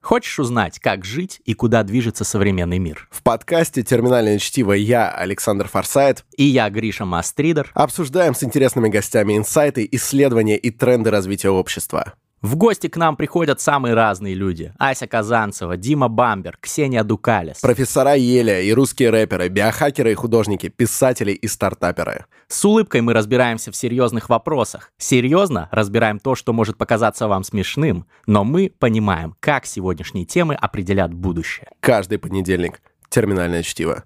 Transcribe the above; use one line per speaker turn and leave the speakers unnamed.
Хочешь узнать, как жить и куда движется современный мир?
В подкасте «Терминальное чтиво» я, Александр Форсайт,
И я, Гриша Мастридер.
обсуждаем с интересными гостями инсайты, исследования и тренды развития общества.
В гости к нам приходят самые разные люди. Ася Казанцева, Дима Бамбер, Ксения Дукалис.
Профессора Еля и русские рэперы, биохакеры и художники, писатели и стартаперы.
С улыбкой мы разбираемся в серьезных вопросах. Серьезно разбираем то, что может показаться вам смешным, но мы понимаем, как сегодняшние темы определят будущее.
Каждый понедельник. «Терминальное чтиво».